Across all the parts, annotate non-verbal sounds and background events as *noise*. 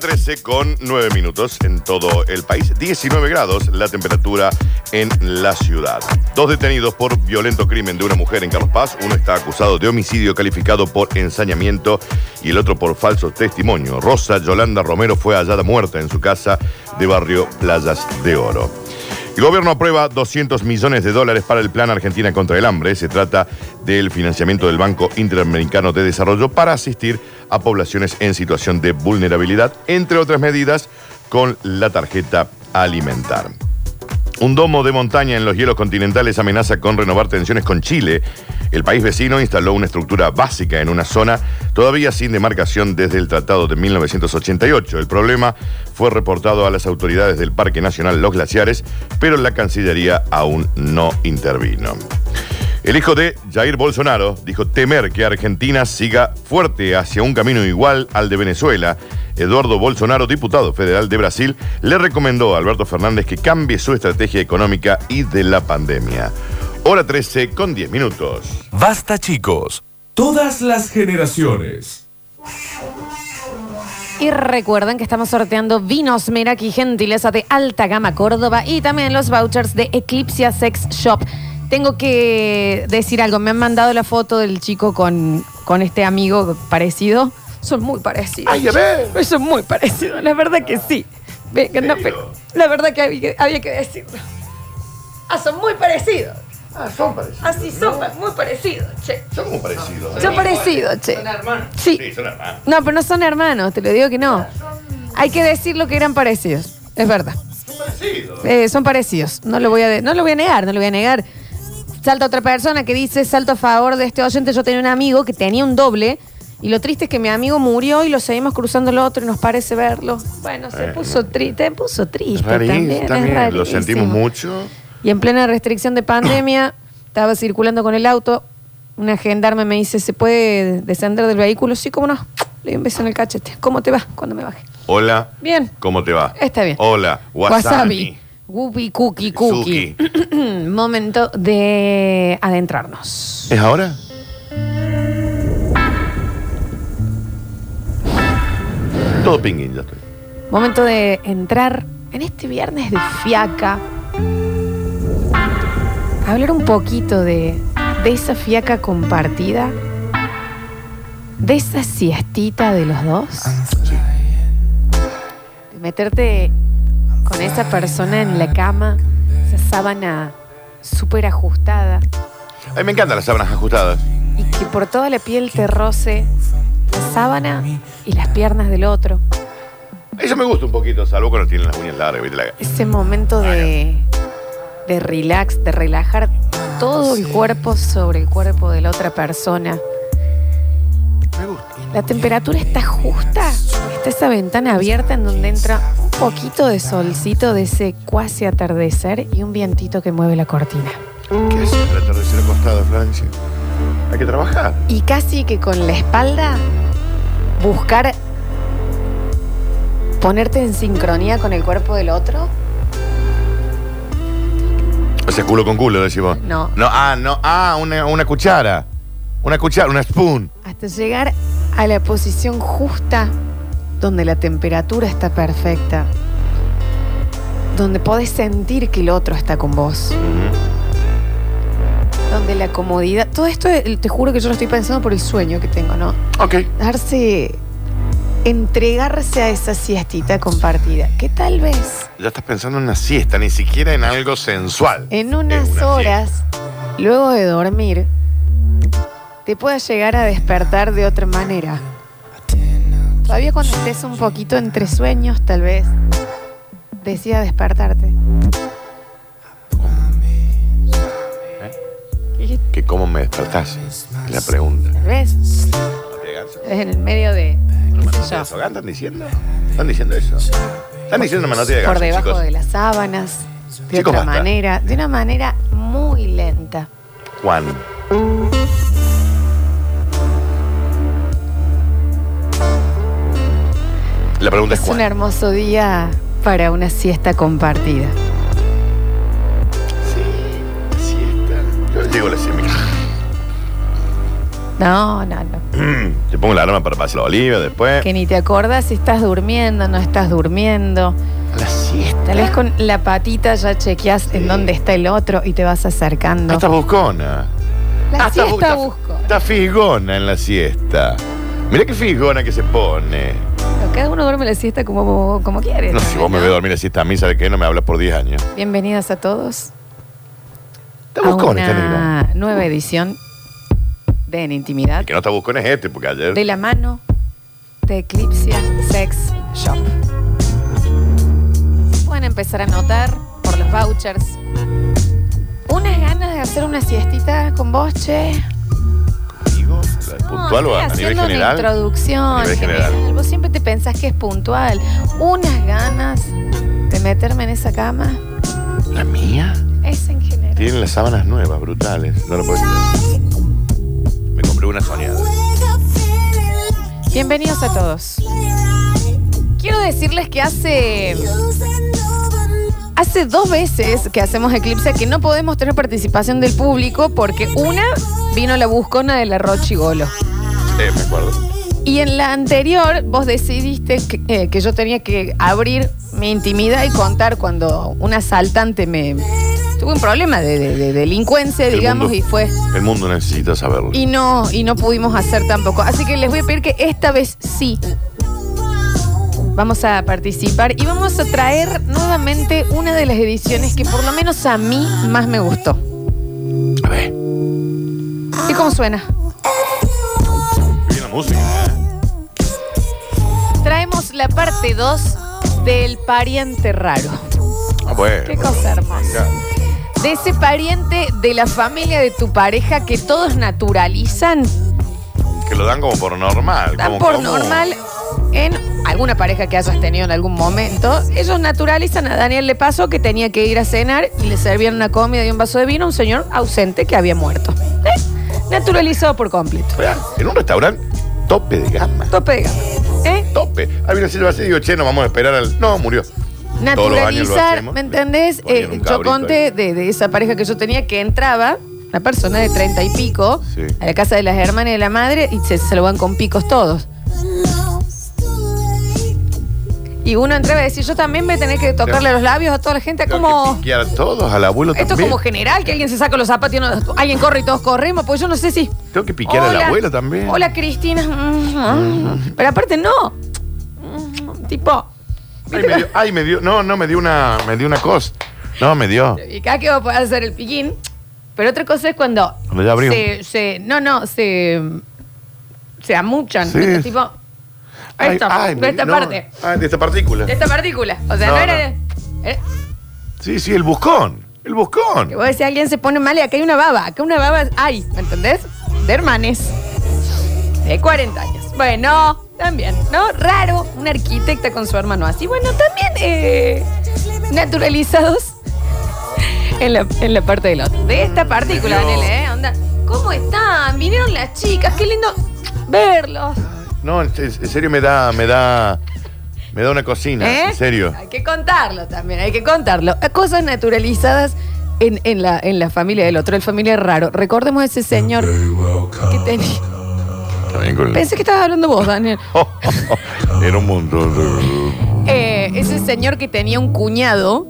13 con 9 minutos en todo el país. 19 grados la temperatura en la ciudad. Dos detenidos por violento crimen de una mujer en Carlos Paz. Uno está acusado de homicidio calificado por ensañamiento y el otro por falso testimonio. Rosa Yolanda Romero fue hallada muerta en su casa de barrio Playas de Oro. El gobierno aprueba 200 millones de dólares para el Plan Argentina contra el Hambre. Se trata del financiamiento del Banco Interamericano de Desarrollo para asistir a poblaciones en situación de vulnerabilidad, entre otras medidas, con la tarjeta alimentar. Un domo de montaña en los hielos continentales amenaza con renovar tensiones con Chile. El país vecino instaló una estructura básica en una zona todavía sin demarcación desde el Tratado de 1988. El problema fue reportado a las autoridades del Parque Nacional Los Glaciares, pero la Cancillería aún no intervino. El hijo de Jair Bolsonaro dijo temer que Argentina siga fuerte hacia un camino igual al de Venezuela. Eduardo Bolsonaro, diputado federal de Brasil, le recomendó a Alberto Fernández que cambie su estrategia económica y de la pandemia. Hora 13 con 10 minutos. Basta chicos, todas las generaciones. Y recuerden que estamos sorteando vinos Meraki Gentileza de Alta Gama Córdoba y también los vouchers de Eclipsia Sex Shop. Tengo que decir algo, me han mandado la foto del chico con, con este amigo parecido. Son muy parecidos. Ay, a ver. Son muy parecidos, la verdad que sí. Venga, no, serio? pero la verdad que había, que había que decirlo. Ah, son muy parecidos. Ah, son parecidos. Así son, muy parecidos, che. Son como parecidos. ¿eh? Son parecidos, che. Sí. Sí, son hermanos. No, pero no son hermanos, te lo digo que no. Hay que decirlo que eran parecidos. Es verdad. Son parecidos. Eh, son parecidos. No lo voy a de- no lo voy a negar, no lo voy a negar. Salta otra persona que dice, salto a favor de este oyente, yo tenía un amigo que tenía un doble y lo triste es que mi amigo murió y lo seguimos cruzando el otro y nos parece verlo. Bueno, se Eh, puso triste, puso triste Rarísimo, también, es también. Lo rarísimo. sentimos mucho. Y en plena restricción de pandemia, *coughs* estaba circulando con el auto, una gendarme me dice, ¿se puede descender del vehículo? Sí, cómo no. Le di un beso en el cachete. ¿Cómo te va cuando me baje? Hola. Bien. ¿Cómo te va? Está bien. Hola. Wasabi. Guppy, cookie, cookie. *clears throat* Momento de adentrarnos. ¿Es ahora? Todo pinguín, ya estoy. Momento de entrar en este viernes de fiaca. Hablar un poquito de, de esa fiaca compartida. De esa siestita de los dos. De meterte con esa persona en la cama, esa sábana súper ajustada. A mí me encantan las sábanas ajustadas. y que por toda la piel te roce la sábana y las piernas del otro. Eso me gusta un poquito, salvo cuando tienen las uñas largas, ¿viste? La- Ese momento de, de relax, de relajar todo el cuerpo sobre el cuerpo de la otra persona. Me gusta. La temperatura está justa. Está esa ventana abierta en donde entra un poquito de solcito de ese cuasi atardecer y un vientito que mueve la cortina. ¿Qué es el atardecer acostado, Florencia? Hay que trabajar. Y casi que con la espalda buscar ponerte en sincronía con el cuerpo del otro. O sea, culo con culo, decís vos. No. No, ah, no, ah, una, una cuchara. Una cuchara, una spoon. hasta llegar a la posición justa donde la temperatura está perfecta, donde podés sentir que el otro está con vos, donde la comodidad, todo esto eh, te juro que yo lo estoy pensando por el sueño que tengo, ¿no? Ok. Darse, entregarse a esa siestita compartida, que tal vez Ya estás pensando en una siesta, ni siquiera en algo sensual. en Es unas una horas, luego de dormir, te pueda llegar a despertar de otra manera. Todavía cuando estés un poquito entre sueños, tal vez, decida despertarte. siesta. Que cómo me despertás, es la pregunta. Tal vez, en el medio de, qué sé yo, ¿Están diciendo? ¿Están diciendo eso? ¿Están diciendo una manotilla de por ganso, debajo chicos? de las sábanas, de Chicos, otra basta. manera, de una manera muy lenta. Juan. La pregunta es Es un Juan. hermoso día para una siesta compartida. Sí, siesta. Yo llego a las 100.000. No, no, no. Mm, Te pongo la alarma para pasar la oliva después. Que ni te acordás si estás durmiendo, no estás durmiendo. A la siesta. Tal vez con la patita ya chequeás en dónde está el otro y te vas acercando. Ah, estás buscona. La Ah, estás bu- siesta estás- busco. Estás fisgona en la siesta. Mirá qué fisgona que se pone. Pero Cada uno duerme la siesta como, como quiere. No, si vos me ves dormir la siesta a mí, ¿sabes qué? No me hablas por 10 años. Bienvenidas a todos Está a buscona esta negra. una nueva edición de En Intimidad. El que no está buscón es este, porque ayer. De la mano de Eclipsia Sex Shop. Pueden empezar a notar por los vouchers. Unas ganas de hacer una siestita con vos, che. Digo, puntual o a, a estoy nivel haciendo una general. introducción. A nivel general. general. Vos siempre te pensás que es puntual. Unas ganas de meterme en esa cama. ¿La mía? Es en general. Tienen las sábanas nuevas, brutales. No lo puedo creer. Me compré una soñada. Bienvenidos a todos. Quiero decirles que hace. Hace dos veces que hacemos Eclipse que no podemos tener participación del público porque una vino la buscona de la Rochi Golo. Eh, me acuerdo. Y en la anterior vos decidiste que, eh, que yo tenía que abrir mi intimidad y contar cuando un asaltante me... Tuve un problema de, de- de delincuencia, El digamos, mundo- y fue... El mundo necesita saberlo. Y no, y no pudimos hacer tampoco. Así que les voy a pedir que esta vez sí. Vamos a participar y vamos a traer nuevamente una de las ediciones que por lo menos a mí más me gustó. A ver. ¿Y cómo suena? Bien la música. ¿eh? Traemos la parte 2 del pariente raro. Ah, bueno. Qué cosa hermosa. De ese pariente de la familia de tu pareja que todos naturalizan, Que lo dan como por normal. dan como Ah, por común. normal en alguna pareja que hayas tenido en algún momento. Ellos naturalizan a Daniel le pasó que tenía que ir a cenar y le servían una comida y un vaso de vino a un señor ausente que había muerto. ¿Eh? Naturalizado por completo. Mirá, en un restaurante, tope de gama. Tope de gama. ¿Eh? Tope. Ahí viene Silva así y digo, che, no vamos a esperar al. No, murió. Todos los años lo naturalizar, hacemos. ¿me entendés? Ponían Eh, un yo cabrito conté de, de esa pareja que yo tenía que entraba, una persona de treinta y pico, Sí. a la casa de las hermanas y de la madre y se saludan con picos todos. Y uno entraba y decía, yo también voy a tener que tocarle los labios a toda la gente, Tengo que como... piquear a todos, al abuelo Esto es también. como general, que alguien se saca los zapatos y uno- alguien corre y todos corremos, pues yo no sé si... Tengo que piquear al Hola. abuelo también. Hola Cristina. Pero aparte no. Tipo... Ay, me dio, ay, me dio- No, no, me dio una. Me dio una cosa. No, me dio. *laughs* Y cada que va a poder hacer el piquín. Pero otra cosa es cuando. Cuando ya abrió. Se, se- no, no, se. Se amuchan. Sí. ¿viste? Tipo. Ay, Esto, ay, de me- esta no. parte. Ah, de esta partícula. De esta partícula. O sea, no, No, era. eh, no. era- Sí, sí, el buscón. El buscón. que vos decís, alguien se pone mal y acá hay una baba. Acá una baba hay, ¿me entendés? De hermanes. De 40 años. Bueno, también, ¿no? Raro, una arquitecta con su hermano así. Bueno, también eh, naturalizados *laughs* en la, en la parte del otro. De esta partícula, Me dio- Daniel, ¿eh? Onda, ¿cómo están? Vinieron las chicas, qué lindo verlos. No, en, en serio me da, me da. Me da una cocina. ¿Eh? En serio. Hay que contarlo también, hay que contarlo. Eh, Cosas naturalizadas en, en la, en la familia del otro, el familia raro. Recordemos a ese señor que tenía. Está bien con el- Pensé que estabas hablando vos, Daniel. *laughs* Era un mundo. Eh, ese señor que tenía un cuñado,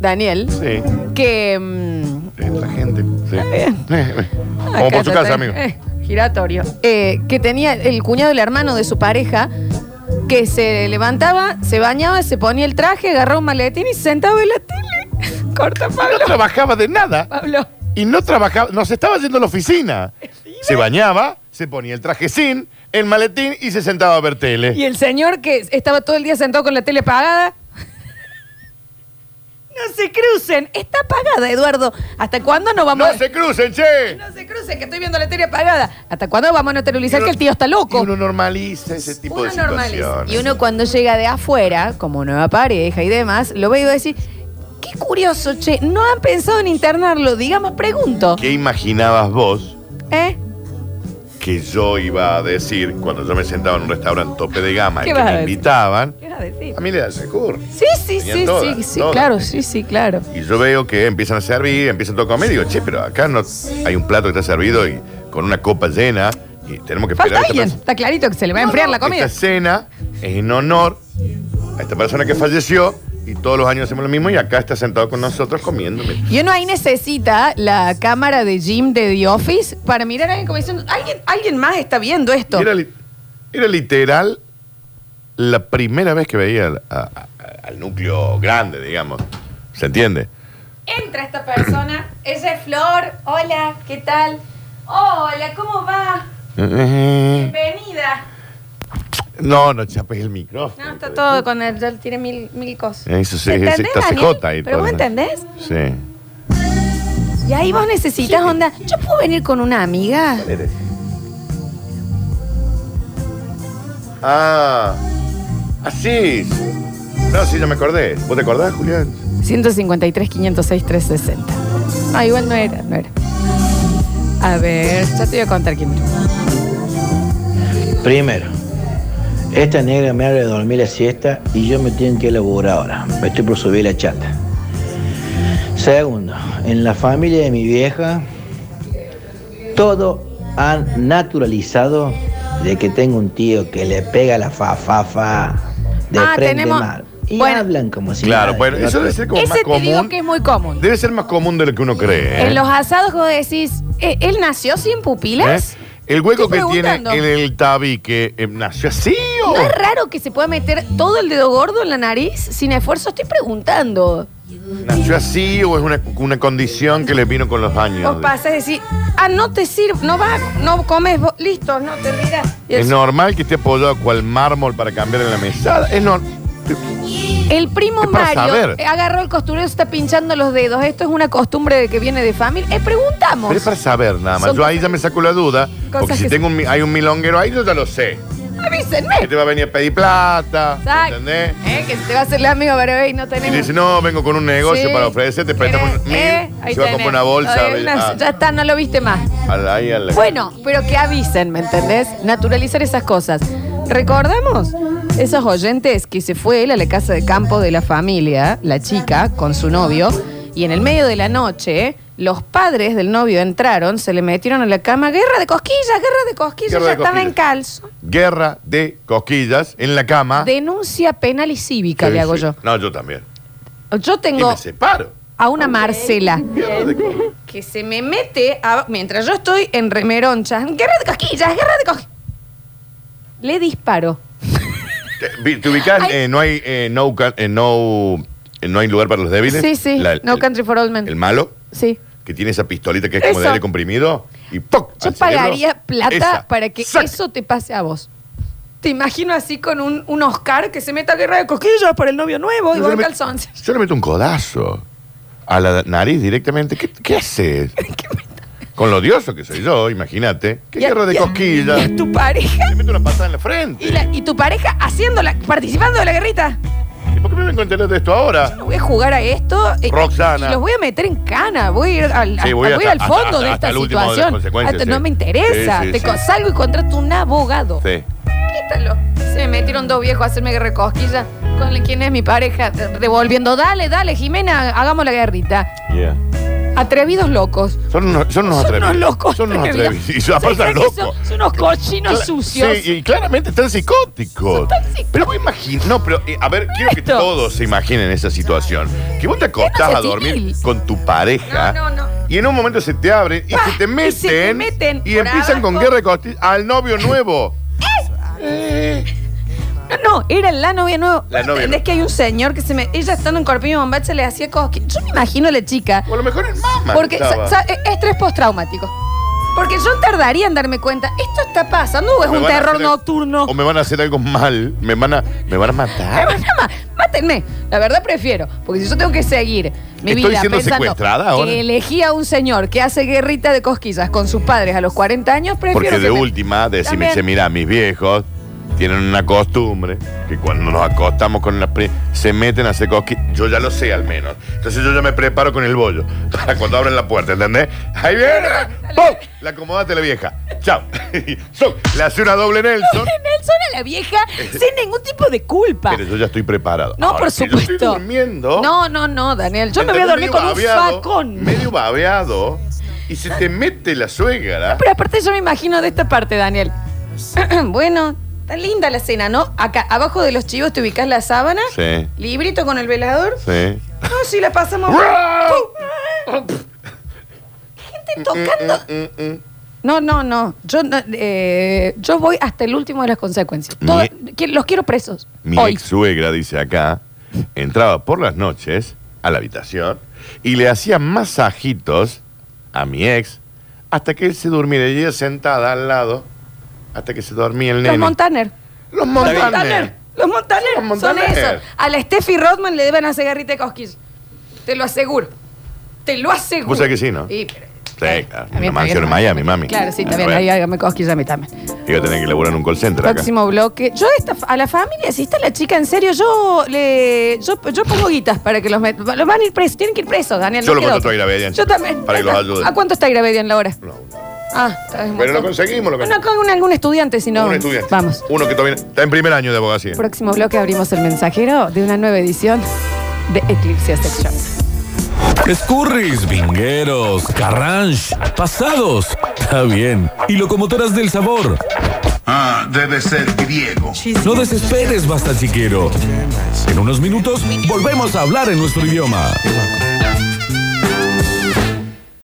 Daniel, Sí. que. mm, Esta gente. Sí. bien. Eh, eh. acá Vamos por su ya casa, está, amigo. eh, giratorio. Eh, que tenía el cuñado, el hermano de su pareja, que se levantaba, se bañaba, se ponía el traje, agarraba un maletín y se sentaba en la tele. *laughs* Corta, No Pablo. trabajaba de nada. Pablo. Y no trabajaba, nos estaba yendo a la oficina. Se bañaba, se ponía el traje sin, el maletín y se sentaba a ver Y tele. el señor que estaba todo el día sentado con la tele apagada. *laughs* No se crucen. Está apagada, Eduardo. ¿Hasta cuándo no vamos ¡No a.? se crucen, che! No se crucen, que estoy viendo la tele apagada. ¿Hasta cuándo vamos a naturalizar que el tío está Y loco? uno normaliza ese tipo de Uno normal es. situaciones. Y uno cuando llega de afuera, como nueva pareja y demás, lo ve y va a decir, qué curioso, che, no han pensado en internarlo, digamos, pregunto. ¿Qué imaginabas vos ¿Eh? que yo iba a decir cuando yo me sentaba en un restaurante tope de gama ¿Qué y que vas a me decir? invitaban? ¿Qué vas a decir? A mí le da el secur. Sí, sí, Tenían sí, todas, sí, sí, todas. claro, sí, sí, claro. Y yo veo que empiezan a servir, empiezan todo a comer y digo, che, pero acá no hay un plato que está servido y con una copa llena Y tenemos que Falta esperar a esta alguien. persona. Está clarito que se le va a enfriar la comida. Esta cena es en honor a esta persona que falleció y todos los años hacemos lo mismo y acá está sentado con nosotros comiendo. mira. Y uno ahí necesita la cámara de Jim de The Office para mirar a alguien como diciendo, alguien, alguien más está viendo esto. Era, li- era literal la primera vez que veía al, a- a- al núcleo grande, digamos. ¿Se entiende? Entra esta persona, ella es Flor, hola, ¿qué tal? Hola, ¿cómo va? Bienvenida. No, no chapes el micrófono. No, está todo con el, yo le tiré mil, mil cosas. Eso sí, ¿Entendés, sí, está Daniel? CJ ahí Pero todo. vos entendés. Sí. Y ahí vos necesitas, onda, yo puedo venir con una amiga. Ah, así. No, sí, ya me acordé. ¿Vos te acordás, Julián? 153, 506, 360. Ah, igual no era, no era. A ver, ya te voy a contar quién era. Primero, esta negra me habla de dormir la siesta y yo me tengo que elaborar ahora. Me estoy por subir la chata. Segundo, en la familia de mi vieja, todo han naturalizado de que tengo un tío que le pega la fa, fa, fa, de Ah, prende tenemos- mal. Y bueno. hablan como si claro, nada, bueno, pero eso no debe te- ser como más Ese te común. digo que es muy común. Debe ser más común de lo que uno cree. ¿eh? En los asados vos decís, ¿eh, ¿él nació sin pupilas? ¿Eh? El hueco Estoy que tiene en preguntando. el tabique eh, nació así o. ¿No es raro que se pueda meter todo el dedo gordo en la nariz sin esfuerzo? Estoy preguntando. ¿Nació así o es una, una condición que le vino con los años? Vos pasás y decís, ah, no te sirve, no vas, no comes, vos- listo, no te miras. Y Es el- normal que esté apoyado cual mármol para cambiar en la mesada. Es normal. El primo Es para Mario saber. eh, agarró el costurero, se está pinchando los dedos. Esto es una costumbre de que viene de familia. Eh, preguntamos. Pero es para saber nada más. Son Yo ahí ya me saco la duda. cosas Porque si que- tengo un, mi- hay un milonguero ahí, yo ya lo sé. Que Avísenme. te va a venir a pedir plata. Exacto. ¿Entendés? Eh, que te va a hacer el amigo, pero hoy no Y tenemos. le dice, no, vengo con un negocio Sí. para ofrecerte, prestamos mil, Eh, ahí se va a tenés. comprar una bolsa. ah, Ahí a- una- Ya está, no lo viste más. a- a la- ahí a la- Bueno, pero que avisen, ¿me entendés? Naturalizar esas cosas. Recordamos esos oyentes que se fue él a la casa de campo de la familia, la chica, con su novio, y en el medio de la noche los padres del novio entraron, se le metieron a la cama, guerra de cosquillas, guerra de cosquillas, Guerra ya de estaba en cosquillas. calzo. Guerra de cosquillas en la cama. Denuncia penal y cívica Sí, le hago sí. yo. No, yo también. Yo Y tengo me separo. a una Marcela Guerra de cosquillas. que se me mete a- mientras yo estoy en remeronchas, guerra de cosquillas, guerra de cosquillas. Le disparo. Te, vi- te ubicás, Ay. eh, no hay eh, no, ca- eh, no, eh, no hay lugar para los débiles. Sí, sí. La- no el- Country for Old Men. El malo, sí. que tiene esa pistolita que es como de Eso. aire comprimido. Y ¡poc! Yo al cerebro. pagaría plata Esa. para que ¡Sac! eso te pase a vos. Te imagino así con un, un Oscar que se meta a guerra de cosquillas para el novio nuevo y Yo le vos met- calzón. Yo le meto un codazo a la nariz directamente. ¿Qué, qué *laughs* haces? Con lo odioso que soy yo, imagínate. ¿Qué Y a- guerra de y a- cosquillas? y a tu pareja. Le meto una patada en la frente. Y, la- y tu pareja haciéndola, participando de la guerrita. ¿Y por qué me vengo a enterar de esto ahora? Voy a jugar a esto. eh, Roxana. Y los voy a meter en cana. Voy a ir al, Sí, voy a- hasta- voy a ir al hasta- fondo hasta- de hasta esta el último de las situación. consecuencias, Hasta- sí. No me interesa. Sí, sí, Te sí. co- salgo y contrato un abogado. Sí. Quítalo. Se me metieron dos viejos a hacerme guerra de cosquillas con el- quién es mi pareja, de- revolviendo. Dale, dale, Jimena, hagamos la guerrita. Yeah. Atrevidos locos. Son unos, son unos Son atrevidos. unos locos Son unos atrevidos. atrevidos. *laughs* Y se apartan ¿Sabes qué? locos. Son, son unos cochinos sucios. Sí, y claramente están psicóticos. Son tan psicóticos. Pero vos imagina- no, pero eh, a ver, quiero que Esto. todos se imaginen esa situación. Que vos te acostás Menos a dormir Steve. con tu pareja. No, no, no. Y en un momento se te abren y Pa, se te y meten. se te meten y por empiezan con abajo. guerra de costillas al novio nuevo. No, no, era la novia nueva. La novia ¿Entendés nueva. que hay un señor que se me. Ella estando en Corpiño Bombacha le hacía cosquillas. Yo me imagino a la chica. O a lo mejor es mamá. Porque estaba. sa- sa- es estrés postraumático. Porque yo tardaría en darme cuenta. Esto está pasando o es Me un van a terror hacer- nocturno. O me van a hacer algo mal. Me van a, me van a matar. Nada más, Mátenme. La verdad prefiero. Porque si yo tengo que seguir mi Estoy vida siendo pensando secuestrada ahora. que elegí a un señor que hace guerrita de cosquillas con sus padres a los 40 años, prefiero. Porque que de me- última, decime, También. dice, mira, mis viejos tienen una costumbre que cuando nos acostamos con las pri- se meten a hacer cosquillas. Yo ya lo sé al menos. Entonces yo ya me preparo con el bollo *laughs* para cuando abren la puerta, ¿entendés? Ahí viene, ¡pum! La acomodate la vieja. Chao. *laughs* Son, Le hace una doble Nelson. Nelson a la vieja sin ningún tipo de culpa. Pero yo ya estoy preparado. No, Ahora, por si supuesto. Yo estoy durmiendo. No, no, no, Daniel. Yo me voy a ¿entendés? dormir Medio con un babeado, facón. Medio babeado. Y se te mete la suegra. Pero aparte yo me imagino de esta parte, Daniel. *clears throat* bueno, está linda la cena, ¿no? Acá, abajo de los chivos te ubicas la sábana. Sí. Librito con el velador. Sí. No, si la *laughs* pasamos. ¡Pum! Gente tocando. Mm, mm, mm. No, no, no. Yo, no, eh, yo voy hasta el último de las consecuencias. Todo- Mi- que- los quiero presos. Mi Hoy. ex suegra, dice acá, entraba por las noches a la habitación y le hacía masajitos a mi ex hasta que él se durmiera. Y ella sentada al lado hasta que se dormía el Los nene. Montaner. Los Los Montaner. Montaner. Los Montaner. Los Montaner. Son esos. A la Steffi Rodman le deben hacer garrita de cosquillas. Te lo aseguro. Te lo aseguro. Vos sabés que sí, ¿no? Y, eh, pero- Sí, claro. Está bien, Una está mansión bien. en Miami, mami. Claro, sí, está Ah, bien. bueno. Ahí hágame cosquillas a mí también. Iba a tener que laburar en un call center acá. Próximo bloque. Yo esta, a la familia, si está la chica, en serio, yo le yo, yo pongo guitas para que los met- Los van a ir presos, tienen que ir presos, Daniel. Yo no lo queda contrato otra. a Iravedian. Yo también. Para que los ayude. ¿A cuánto está Iravedian la hora? No, no. Ah, está bien. Pero lo conseguimos, lo Bueno, conseguimos. con un- algún estudiante, si no. Un estudiante. Vamos. Uno que todavía está en primer año de abogacía. Próximo bloque abrimos el mensajero de una nueva edición de Eclipse Sex Shop. Escurris, vingueros, carranche, pasados. Está bien. Y locomotoras del sabor. Ah, debe ser griego. No desesperes, basta chiquero. En unos minutos volvemos a hablar en nuestro idioma.